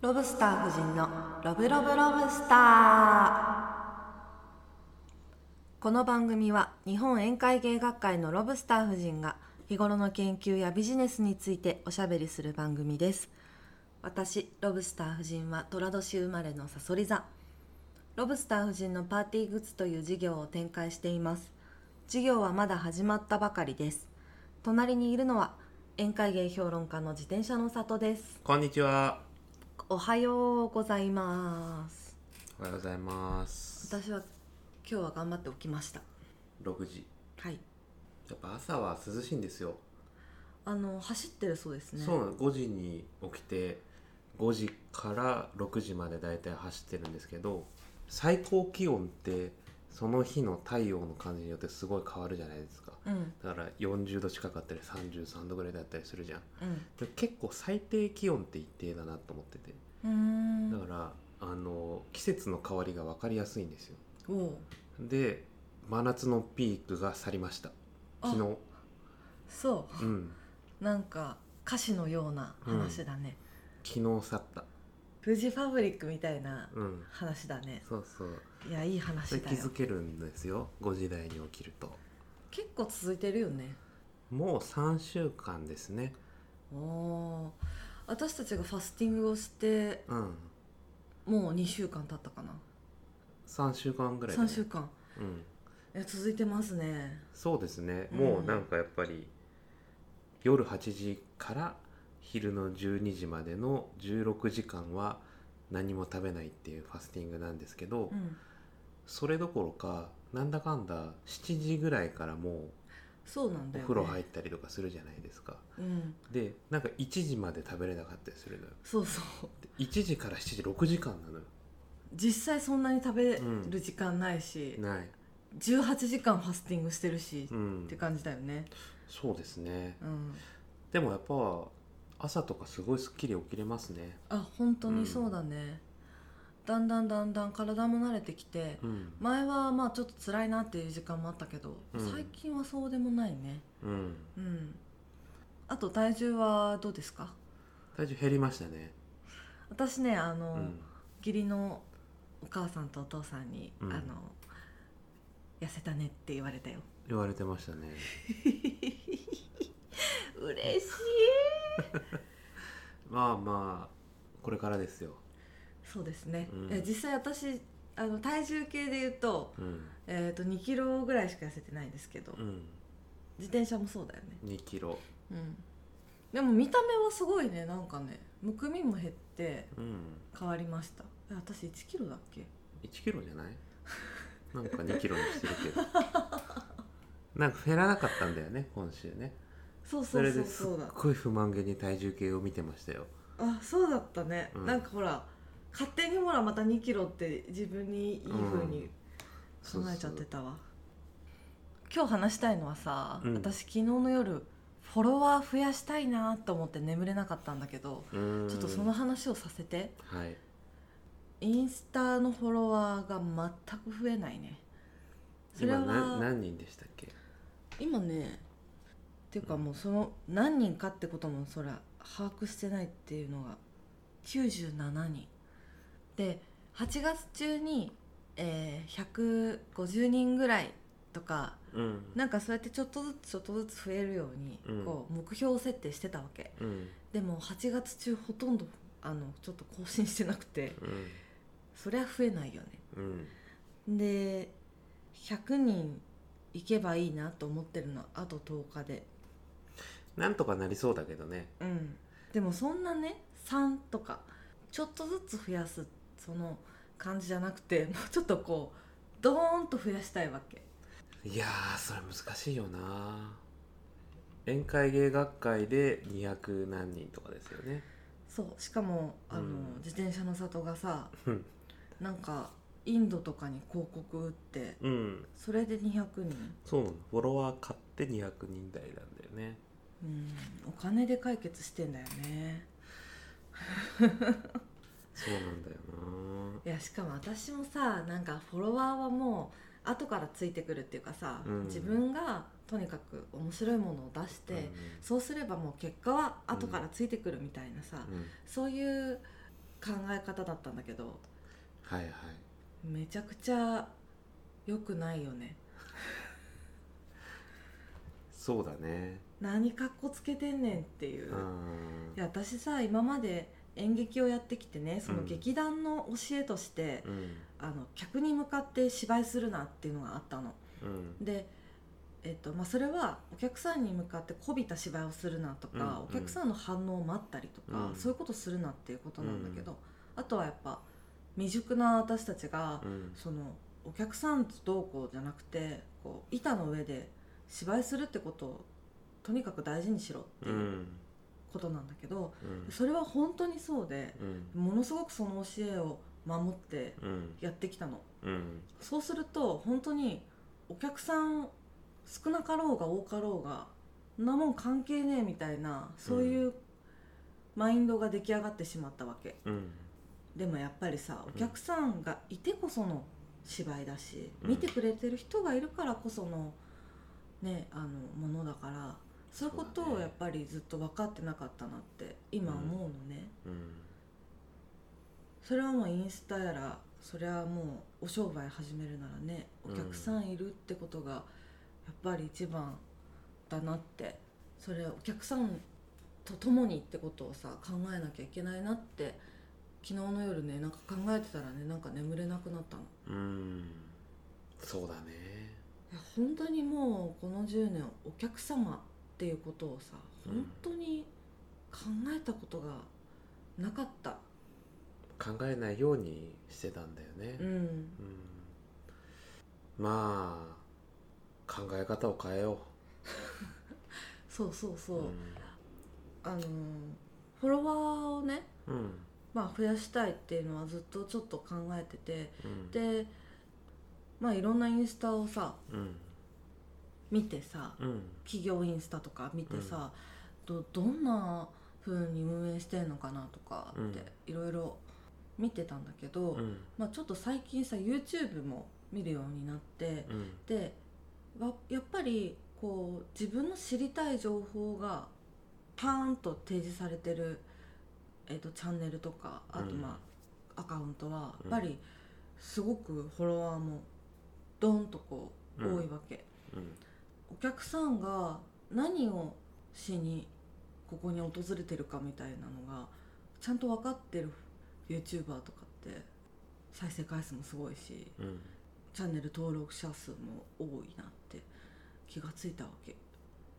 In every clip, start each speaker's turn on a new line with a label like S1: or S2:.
S1: ロブスター夫人のロブロブロブスターこの番組は日本宴会芸学会のロブスター夫人が日頃の研究やビジネスについておしゃべりする番組です私ロブスター夫人は寅年生まれのサソリ座ロブスター夫人のパーティーグッズという事業を展開しています事業はまだ始まったばかりです隣にいるのは宴会芸評論家の自転車の里です
S2: こんにちは。
S1: おはようございます
S2: おはようございます。
S1: 私は今日は頑張って起きました
S2: 6時。
S1: はい
S2: やっぱ朝は涼しいんですよ。
S1: あの走ってるそうですね
S2: そうなの。5時に起きて、5時から6時までだいたい走ってるんですけど、最高気温ってその日の太陽の感じによってすごい変わるじゃないですか。
S1: うん
S2: だから40度近かったり33度ぐらいだったりするじゃん。
S1: うん
S2: でも結構最低気温って一定だなと思ってて。
S1: うーん
S2: だから、あの、季節の変わりが分かりやすいんですよ。
S1: おう
S2: で、真夏のピークが去りました。
S1: あ
S2: 昨日。
S1: そ
S2: うん、
S1: うなんか歌詞のような話だね、
S2: 昨日去った、
S1: フジファブリックみたいな
S2: うん、
S1: 話だね
S2: そうそう
S1: いやいい
S2: それ
S1: 話だ
S2: 気
S1: よ
S2: づけるんですよ5時台に起きると
S1: 結構続いてるよね
S2: もう3週間ですね
S1: おー私たちがファスティングをして
S2: うん
S1: もう2週間経ったかな、
S2: 3週間ぐらいだ
S1: 3
S2: ね
S1: 週間
S2: うん、
S1: いや続いてますね
S2: そうですね、
S1: うん
S2: もうなんかやっぱり夜8時から昼の12時までの16時間は何も食べないっていうファスティングなんですけど、
S1: うん
S2: それどころかなんだかんだ7時ぐらいからも
S1: そうなんだ
S2: うお
S1: よ、ね、
S2: 風呂入ったりとかするじゃないですか、
S1: うん
S2: でなんか1時まで食べれなかったりするのよ
S1: そうそう
S2: で1時から7時6時間なのよ
S1: 実際そんなに食べる時間ないし、
S2: ない
S1: 18時間ファスティングしてるし、
S2: う
S1: っ
S2: ん
S1: て感じだよね
S2: そうですね
S1: うん
S2: でもやっぱ朝とかすごいすっきり起きれますね
S1: あ本当にそうだね、だんだんだんだん体も慣れてきて
S2: うん、
S1: 前はまあちょっと辛いなっていう時間もあったけど、
S2: うん
S1: 最近はそうでもないね
S2: うん、
S1: うんあと体重はどうですか
S2: 体重減りましたね
S1: 私ねあ
S2: う
S1: の、
S2: ん
S1: 義理のお母さんとお父さんに、
S2: うん
S1: あの痩せたねって言われたよ
S2: 言われてましたね
S1: 嬉しい
S2: まあまあこれからですよ
S1: そうですね、
S2: うん
S1: いや実際私あの体重計で言うと,、
S2: うん
S1: えー、と2キロぐらいしか痩せてないんですけど、
S2: うん
S1: 自転車もそうだよね、
S2: 2キロ
S1: うん、でも見た目はすごいねなんかねむくみも減って
S2: うん
S1: 変わりましたえ私1キロだっけ
S2: 1キロじゃないなんか2キロにしてるけ どなんか減らなかったんだよね今週ね
S1: そうそ
S2: そうれ
S1: そう
S2: ですっ
S1: そうだ
S2: ごい不満げに体重計を見てましたよ
S1: あそうだったね、
S2: うん
S1: なんかほら勝手にほらまた2キロって自分にいい風に考えちゃってたわ、今日話したいのはさ、
S2: うん
S1: 私昨日の夜フォロワー増やしたいなと思って眠れなかったんだけど
S2: ちょ
S1: ちょっとその話をさせて
S2: はい
S1: インスタのフォロワーが全く増えないねそれ
S2: 今
S1: は
S2: な何人でしたっけ
S1: 今ねっていうかもうその何人かってこともそりゃ把握してないっていうのが97人で8月中に、えー150人ぐらいとか
S2: うん
S1: なんかそうやってちょっとずつちょっとずつ増えるように、
S2: うん
S1: こう目標を設定してたわけ
S2: うん
S1: でも8月中ほとんどあのちょっと更新してなくて
S2: うん
S1: そりゃ増えないよね
S2: うん
S1: で100人いけばいいなと思ってるのあと10日で
S2: なんとかなりそうだけどね
S1: うんでもそんなね3とかちょっとずつ増やすその感じじゃなくて もうちょっとこうドーンと増やしたいわけ
S2: いやーそれ難しいよな宴会芸学会で200何人とかですよね
S1: そうしかもあの、
S2: うん
S1: 自転車の里がさ
S2: うん
S1: なんかインドとかに広告打って
S2: うん
S1: それで200人、
S2: そうなのフォロワー買って200人台なんだよね
S1: うん、お金で解決してんだよね
S2: そうなんだよ
S1: いやしかも私もさなんかフォロワーはもう後からついてくるっていうかさ、
S2: うん
S1: 自分がとにかく面白いものを出して、
S2: な
S1: そうすればもう結果は後からついてくるみたいなさ、
S2: うん
S1: そういう考え方だったんだけど
S2: はいはい
S1: めちゃくちゃ良くないよね
S2: そうだね
S1: 何かっこつけてんねんっていうう、
S2: ん
S1: いや私さ今まで演劇をやってきてねその
S2: うん
S1: 劇団の教えとして、
S2: うん
S1: あの客に向かって芝居するなっていうのがあったの
S2: うん
S1: で、えっとまあ、それはお客さんに向かってこびた芝居をするなとか、
S2: うん
S1: お客さんの反応を待ったりとか、
S2: うん
S1: そういうことするなっていうことなんだけど、あとはやっぱ未熟な私たちが、
S2: うん
S1: そのお客さんとどうこうじゃなくてこう板の上で芝居するってことをとにかく大事にしろって
S2: う
S1: いうんことなんだけど、
S2: うん
S1: それは本当にそうで
S2: うん
S1: ものすごくその教えを守って
S2: うん
S1: やってきたの。
S2: うん
S1: そうすると本当にお客さん少なかろうが多かろうがそんなもん関係ねえみたいなそういうマインドが出来上がってしまったわけ
S2: うん
S1: でもやっぱりさ
S2: ん
S1: お客さんがいてこその芝居だし、
S2: うん
S1: 見てくれてる人がいるからこそのねあのものだからそういうこと
S2: そうだ
S1: を
S2: ね
S1: やっぱりずっと分かってなかったなって今思うのね、
S2: うん
S1: それはもうインスタやらそれはもうお商売始めるならねお客さんいるってことがやっぱり一番だなってそれお客さんと共にってことをさ考えなきゃいけないなって昨日の夜ねなんか考えてたらねなんか眠れなくなったの
S2: うんそうだね
S1: いや本当にもうこの10年お客様っていうことをさ
S2: うん
S1: 本当に考えたことがなかった
S2: 考えないようにしてたんだよね
S1: うん
S2: うんまあ考え方を変えよ
S1: そうそう
S2: う
S1: そう、あのーフォロワーをね、
S2: うんうん
S1: まあ、増やしたいっていうのはずっとちょっと考えてて
S2: うん
S1: でまあいろんなインスタをさ
S2: うん
S1: 見てさ
S2: うん
S1: 企業インスタとか見てさ、どどんな風に運営してんのかなとかっていろいろ見てたんだけど、
S2: うん
S1: まあ、ちょっと最近さ YouTube も見るようになって
S2: うん
S1: でわやっぱりこう自分の知りたい情報がパーンと提示されてる、えー、とチャンネルとかあと
S2: うん
S1: まあ、アカウントは
S2: う
S1: や
S2: ん
S1: っぱりすごくフォロワーもドンとこう
S2: うん
S1: 多いわけ、
S2: うん
S1: お客さんが何をしにここに訪れてるかみたいなのがちゃんと分かってる YouTuber とかって再生回数もすごいし
S2: うん
S1: チャンネル登録者数も多いなって気がついたわけ
S2: い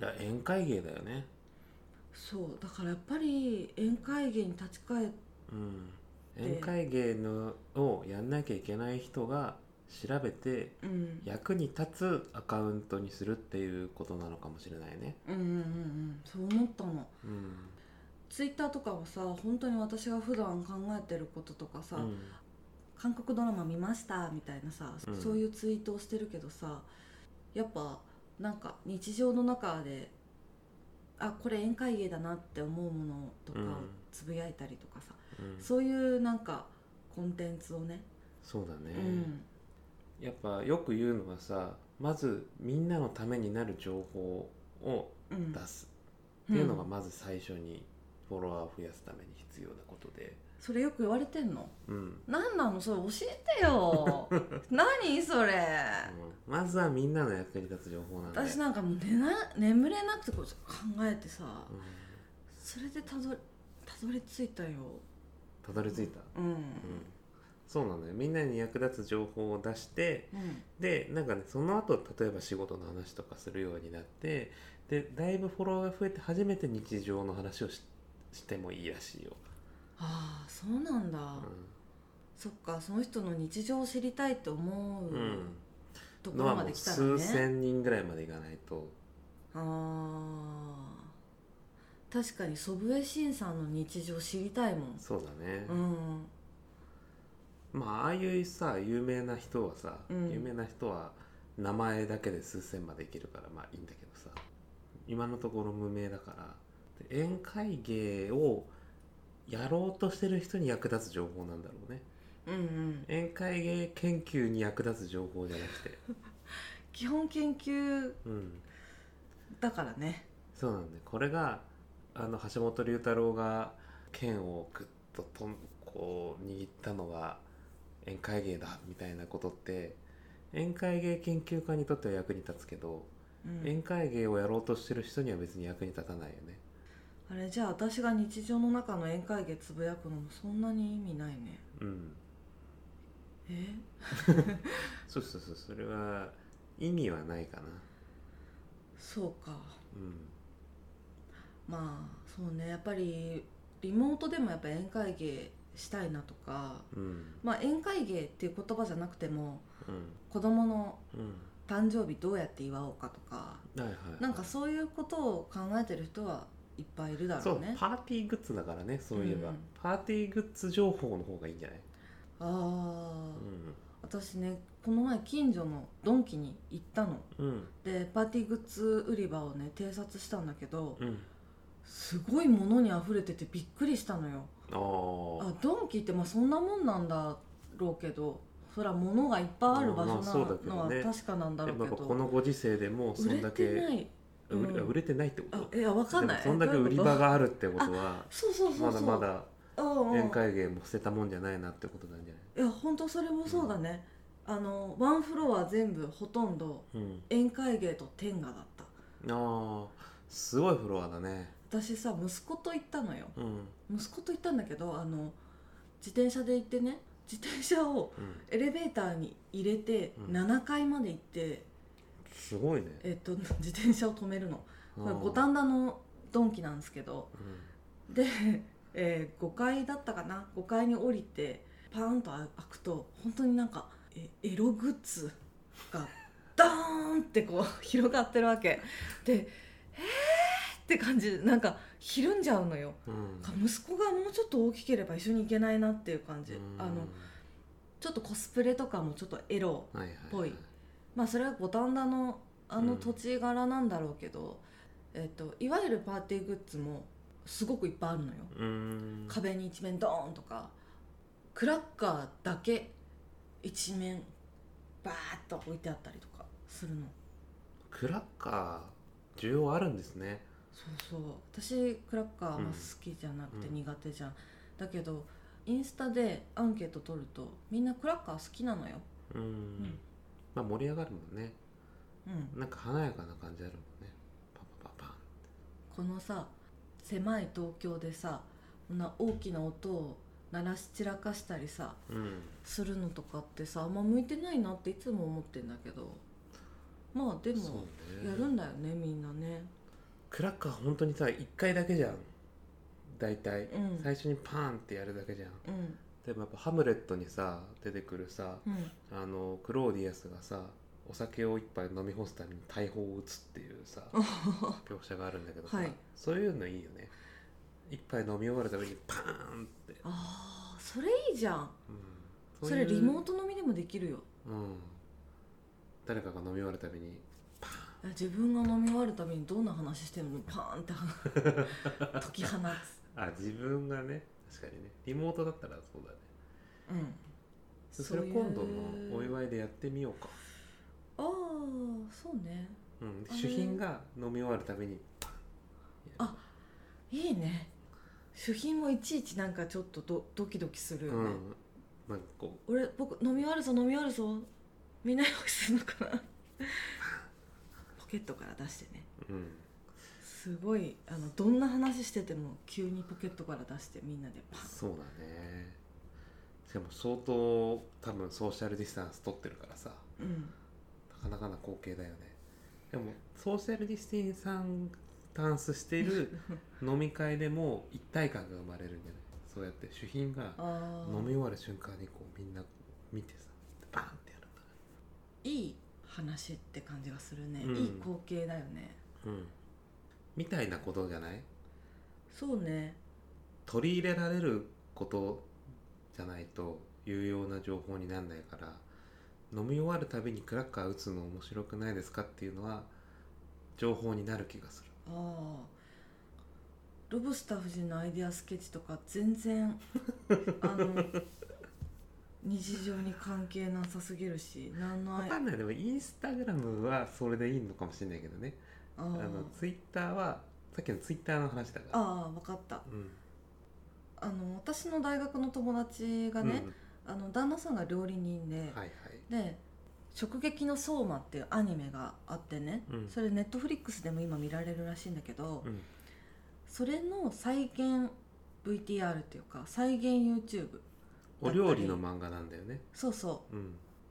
S2: や宴会芸だよね
S1: そうだからやっぱり宴会芸に立ち返っ
S2: うん
S1: で
S2: 宴会芸のをやんなきゃいけない人が調べて
S1: うん
S2: 役に立つアカウントにするっていうことなのかもしれないね
S1: うんうんうんうんそう思ったの
S2: うん
S1: ツイッターとかはさ本当に私が普段考えてることとかさ、
S2: うん
S1: 韓国ドラマ見ましたみたいなさ、
S2: うん
S1: そういうツイートをしてるけどさやっぱなんか日常の中であこれ宴会芸だなって思うものとかを
S2: うん
S1: つぶやいたりとかさ、
S2: うん
S1: そういうなんかコンテンツをね、
S2: そうだね
S1: うん
S2: やっぱよく言うのがさまずみんなのためになる情報を
S1: うん、
S2: 出すっていうのがまず最初にフォロワーを増やすために必要なことで、
S1: それよく言われてんの
S2: うん
S1: 何なのそれ教えてよ 何それ
S2: うんまずはみんなの役に立つ情報なんで
S1: 私なんかもう寝な眠れなくてこう考えてさ
S2: うん
S1: それでたどたどり着いたよ
S2: たどり着いた、
S1: うん
S2: うんそうなんだよみんなに役立つ情報を出して
S1: うん
S2: でなんかねその後例えば仕事の話とかするようになってでだいぶフォロワーが増えて初めて日常の話をししてもいいらしいよ、
S1: ああそうなんだ、そっかその人の日常を知りたいって思
S2: う
S1: う、
S2: んうん、
S1: とこ
S2: の
S1: ろ
S2: は
S1: ま
S2: も
S1: で
S2: う
S1: 来たらね
S2: 数千人ぐらいまでいかないと、
S1: あー確かに祖父江慎さんの日常知りたいもん
S2: そうだね、
S1: うん
S2: まあああいうさ有名な人はさ、
S1: うん
S2: 有名な人は名前だけで数千までいけるからまあいいんだけどさ今のところ無名だからで宴会芸をやろうとしてる人に役立つ情報なんだろうね
S1: うんうん
S2: 宴会芸研究に役立つ情報じゃなくて
S1: 基本研究
S2: うん
S1: だからね
S2: そうなんだよこれがあの橋本龍太郎が剣をグッととんこう握ったのが宴会芸だみたいなことって宴会芸研究家にとっては役に立つけど、
S1: うん
S2: 宴会芸をやろうとしてる人には別に役に立たないよね
S1: あれじゃあ私が日常の中の宴会芸つぶやくのもそんなに意味ないね
S2: うん
S1: え
S2: そうそうそうそれは意味はないかな
S1: そうか
S2: うん
S1: まあそうねやっぱりリモートでもやっぱ宴会芸したいなとか
S2: うん
S1: まあ宴会芸っていう言葉じゃなくても
S2: うん
S1: 子供の
S2: う
S1: 誕生日どうやって祝おうかとか
S2: んはいはい
S1: なんかそういうことを考えてる人はいっぱいいるだ
S2: そ
S1: ろ
S2: う
S1: うね
S2: パーティーグッズだからねそういえば、
S1: うん
S2: パーティーグッズ情報の方がいいんじゃない、
S1: ああ
S2: う
S1: 私ねこの前近所のドンキに行ったの
S2: ん、うん
S1: でパーティーグッズ売り場をね偵察したんだけど
S2: うん
S1: すごいものに溢れててびっくりしたのよ
S2: あー
S1: あドンキってまあそんなもんなんだろうけどそりゃ物がいっぱいある場所
S2: まあそうだけ
S1: なの
S2: ど
S1: は
S2: ね
S1: 確かなんだ
S2: で
S1: ろう
S2: も
S1: け
S2: なん
S1: ど
S2: かこのご時世でもうそ
S1: 売
S2: ん
S1: れ
S2: だけ
S1: てないうん
S2: 売れ,、売れてないってこと
S1: あいやわかんない
S2: でもそんだけ
S1: えどう
S2: 売
S1: いう
S2: り
S1: こと
S2: 場があるってことは
S1: そうそうそ
S2: ま
S1: うそう
S2: だまだ
S1: うんうん
S2: 宴会芸も捨てたもんじゃないなってことなんじゃない
S1: いや本当それもそうだね、あのワンフロア全部ほとんど
S2: うん、
S1: 宴会芸と天下だった
S2: ああすごいフロアだね
S1: 私さ息子と行ったのよ
S2: うん
S1: 息子と行ったんだけどあの自転車で行ってね自転車を
S2: うん
S1: エレベーターに入れて
S2: うん
S1: 7階まで行って、
S2: すごいね
S1: えっと自転車を止めるのこれ
S2: あー
S1: 五反田のドンキなんですけど
S2: うん
S1: で、え5階だったかな5階に降りてパーンと開くと本当になんかえエログッズがダーンってこう広がってるわけで「えー!」って感じでなんかひるんじゃうのよ
S2: うん
S1: なんか息子がもうちょっと大きければ一緒に行けないなっていう感じ
S2: うん
S1: あのちょっとコスプレとかもちょっとエロ
S2: はいはい
S1: ぽ
S2: はい
S1: まあそれは五反田のあ
S2: う
S1: の
S2: ん
S1: 土地柄なんだろうけど、えっと、いわゆるパーティーグッズもすごくいっぱいあるのよ、
S2: うん
S1: 壁に一面ドーンとかクラッカーだけ一面バーッと置いてあったりとかするの
S2: クラッカー需要あるんですね
S1: そうそう私クラッカーは好きじゃなくて
S2: うん
S1: 苦手じゃん、だけどインスタでアンケート取るとみんなクラッカー好きなのよ
S2: うん、
S1: ん
S2: まあ盛り上がるもんね
S1: うん
S2: なんか華やかな感じあるもんねパパパパン
S1: このさ狭い東京でさこんな大きな音を鳴らし散らかしたりさ
S2: うん
S1: するのとかってさあんま向いてないなっていつも思ってんだけどまあで
S2: そう
S1: も
S2: ね
S1: やるんだよねみんなね
S2: クラッカー本当にさ1回だけじゃん大体、
S1: うん
S2: 最初にパーンってやるだけじゃん
S1: うん
S2: でもやっぱ「ハムレット」にさ出てくるさ
S1: うん
S2: あのクローディアスがさお酒を一杯飲み干すために大砲を撃つっていう さ描写があるんだけどさ、
S1: はい
S2: そういうのいいよね一杯飲み終わるためにパーンって、
S1: あーそれいいじゃん
S2: うん
S1: それリモー
S2: ト、
S1: ト飲みでもできるよ
S2: うん、誰かが飲み終わるために
S1: いや自分が飲み終わるたびにどんな話してんのパーンって 解き放つ
S2: あ自分がね確かにねリモートだったらそうだね
S1: うん
S2: それ今度のお
S1: い
S2: 祝いでやってみようか
S1: ああそうね
S2: うん、
S1: あれ
S2: 主品が飲み終わるためにパン
S1: あいいね主品もいちいちなんかちょっとドドキドキするよ
S2: う
S1: ね、
S2: んなんかこ
S1: 俺僕飲み終わるぞ飲み終わるぞみんな用意するのかなポケットから出してね
S2: う、うん、
S1: すごいあのどんな話してても急にポケットから出してみんなでパン
S2: そうだねしかも相当多分ソーシャルディスタンス取ってるからさ
S1: うん
S2: なかなかな光景だよねでもソーシャルディスタンスしている飲み会でも一体感が生まれるんじゃないそうやって主品が
S1: あ
S2: 飲み終わる瞬間にこうみんな見てさバーンってやるんだ
S1: いい話って感じがするね、
S2: うん
S1: いい光景だよね
S2: うんみたいなことじゃない
S1: そうね
S2: 取り入れられることじゃないと有用な情報にならないから飲み終わるたびにクラッカー打つの面白くないですかっていうのは情報になる気がする
S1: ああロブスター夫人のアイデアスケッチとか全 然あの日常に関係なさすぎるし何のア
S2: わ
S1: イ
S2: かんないでもインスタグラムはそれでいいのかもしれないけどね
S1: あ
S2: あ
S1: ー
S2: のツイッターはさっきのツイッターの話だから
S1: あー分かった
S2: うん
S1: あの私の大学の友達がね、あの旦那さんが料理人で、
S2: うんはいはい
S1: で「直撃の相馬」っていうアニメがあってね、
S2: うん
S1: それネットフリックスでも今見られるらしいんだけど、
S2: うん
S1: それの再現 VTR っていうか再現 YouTube
S2: お料理の漫画なんだよね
S1: そうそ
S2: うん
S1: う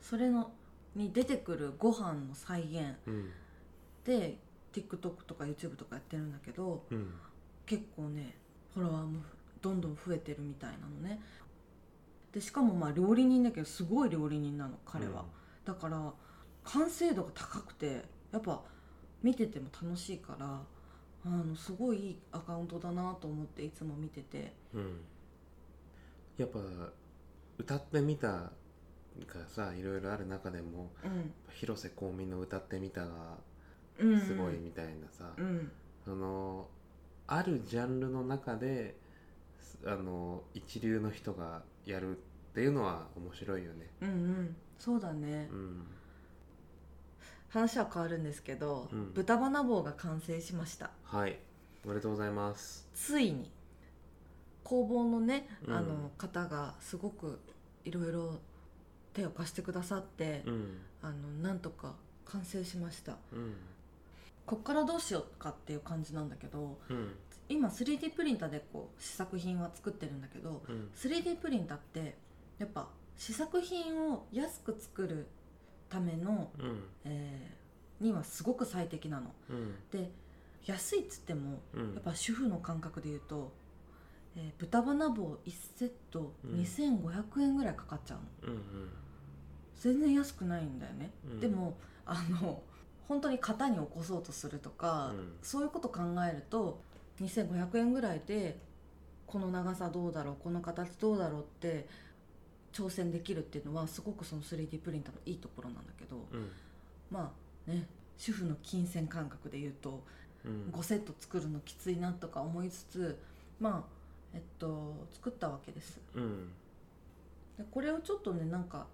S1: それのに出てくるご飯の再現
S2: うん
S1: で TikTok とか YouTube とかやってるんだけど
S2: うん
S1: 結構ねフォロワーもどんどん増えてるみたいなのねでしかもまあ料理人だけどすごい料理人なの彼は、だから完成度が高くてやっぱ見てても楽しいからあのすごいいいアカウントだなと思っていつも見てて
S2: うん、うんやっぱ歌ってみたがさいろいろある中でも
S1: うん
S2: 広瀬香美の歌ってみたが
S1: うんうん
S2: すごいみたいなさ、
S1: うん
S2: そのあるジャンルの中ですあの一流の人がやるっていうのは面白いよね。
S1: うんうんそうだね
S2: うん、
S1: 話は変わるんですけど、
S2: うん
S1: 豚バナ棒が完成しました
S2: はいおめでとうございます。
S1: ついに工房のね、
S2: うん
S1: あの方がすごくいろいろ手を貸してくださって、
S2: うん
S1: あのなんとか完成しました
S2: うん
S1: こっからどうしようかっていう感じなんだけど
S2: うん
S1: 今 3D プリンターでこう試作品は作ってるんだけど
S2: うん
S1: 3D プリンターってやっぱ試作品を安く作るための、
S2: うん
S1: えーにはすごく最適なの。
S2: うん
S1: で安いっつっても
S2: うん
S1: やっぱ主婦の感覚で言うと、えー豚バナ棒1セット
S2: うん
S1: 2500円ぐらいかかっちゃうの
S2: うん
S1: 全然安くないんだよね、
S2: うん
S1: でもあの本当に型に起こそうとするとか、
S2: うん
S1: そういうこと考えると2500円ぐらいでこの長さどうだろうこの形どうだろうって挑戦できるっていうのはすごくその 3D プリンターのいいところなんだけど
S2: うん
S1: まあね主婦の金銭感覚で言うと
S2: うん
S1: 5セット作るのきついなとか思いつつまあえっと作ったわけです
S2: うん
S1: でこれをちょっとねなんか、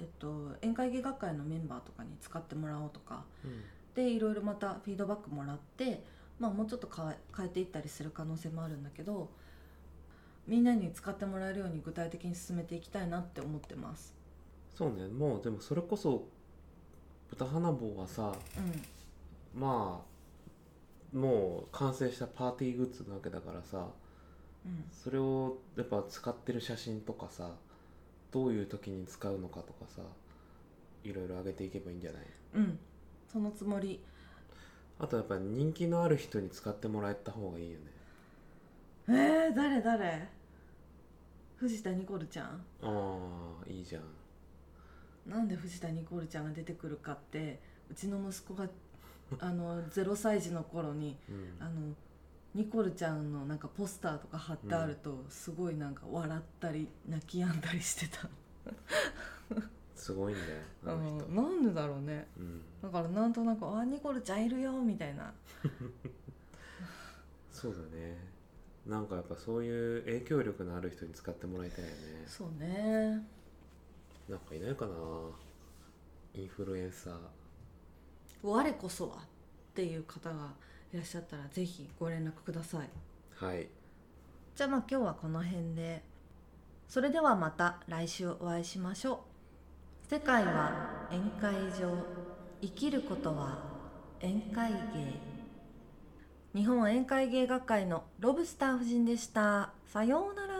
S1: えっと、宴会芸学会のメンバーとかに使ってもらおうとか
S2: うん
S1: でいろいろまたフィードバックもらって、まあ、もうちょっと変え変えていったりする可能性もあるんだけどみんなに使ってもらえるように具体的に進めていきたいなって思ってます。
S2: そうねもうでもそれこそ豚花棒はさ
S1: う
S2: まあもう完成したパーティーグッズなわけだからさ
S1: んうん
S2: それをやっぱ使ってる写真とかさどういう時に使うのかとかさいろいろ上げていけばいいんじゃない
S1: うん、そのつもり
S2: あとやっぱ人気のある人に使ってもらえた方がいいよね
S1: えー、誰誰藤田ニコルちゃん
S2: ああいいじゃん
S1: なんで藤田ニコルちゃんが出てくるかってうちの息子があの0歳児の頃に
S2: うん
S1: あのニコルちゃんのなんかポスターとか貼ってあると、すごいなんか笑ったり泣き止んだりしてた
S2: すごいんだよあ
S1: あ
S2: の人
S1: のなんでだろうね
S2: うん
S1: だからなんとなく「あニコルちゃんいるよ」みたいな
S2: そうだねなんかやっぱそういう影響力のある人に使ってもらいたいよね
S1: そうね
S2: なんかいないかなインフルエンサー
S1: 我こそはっていう方がいらっしゃったらぜひご連絡ください
S2: はい
S1: じゃあまあ今日はこの辺でそれではまた来週お会いしましょう世界は宴会場生きることは宴会芸日本宴会芸学会のロブスター夫人でしたさようなら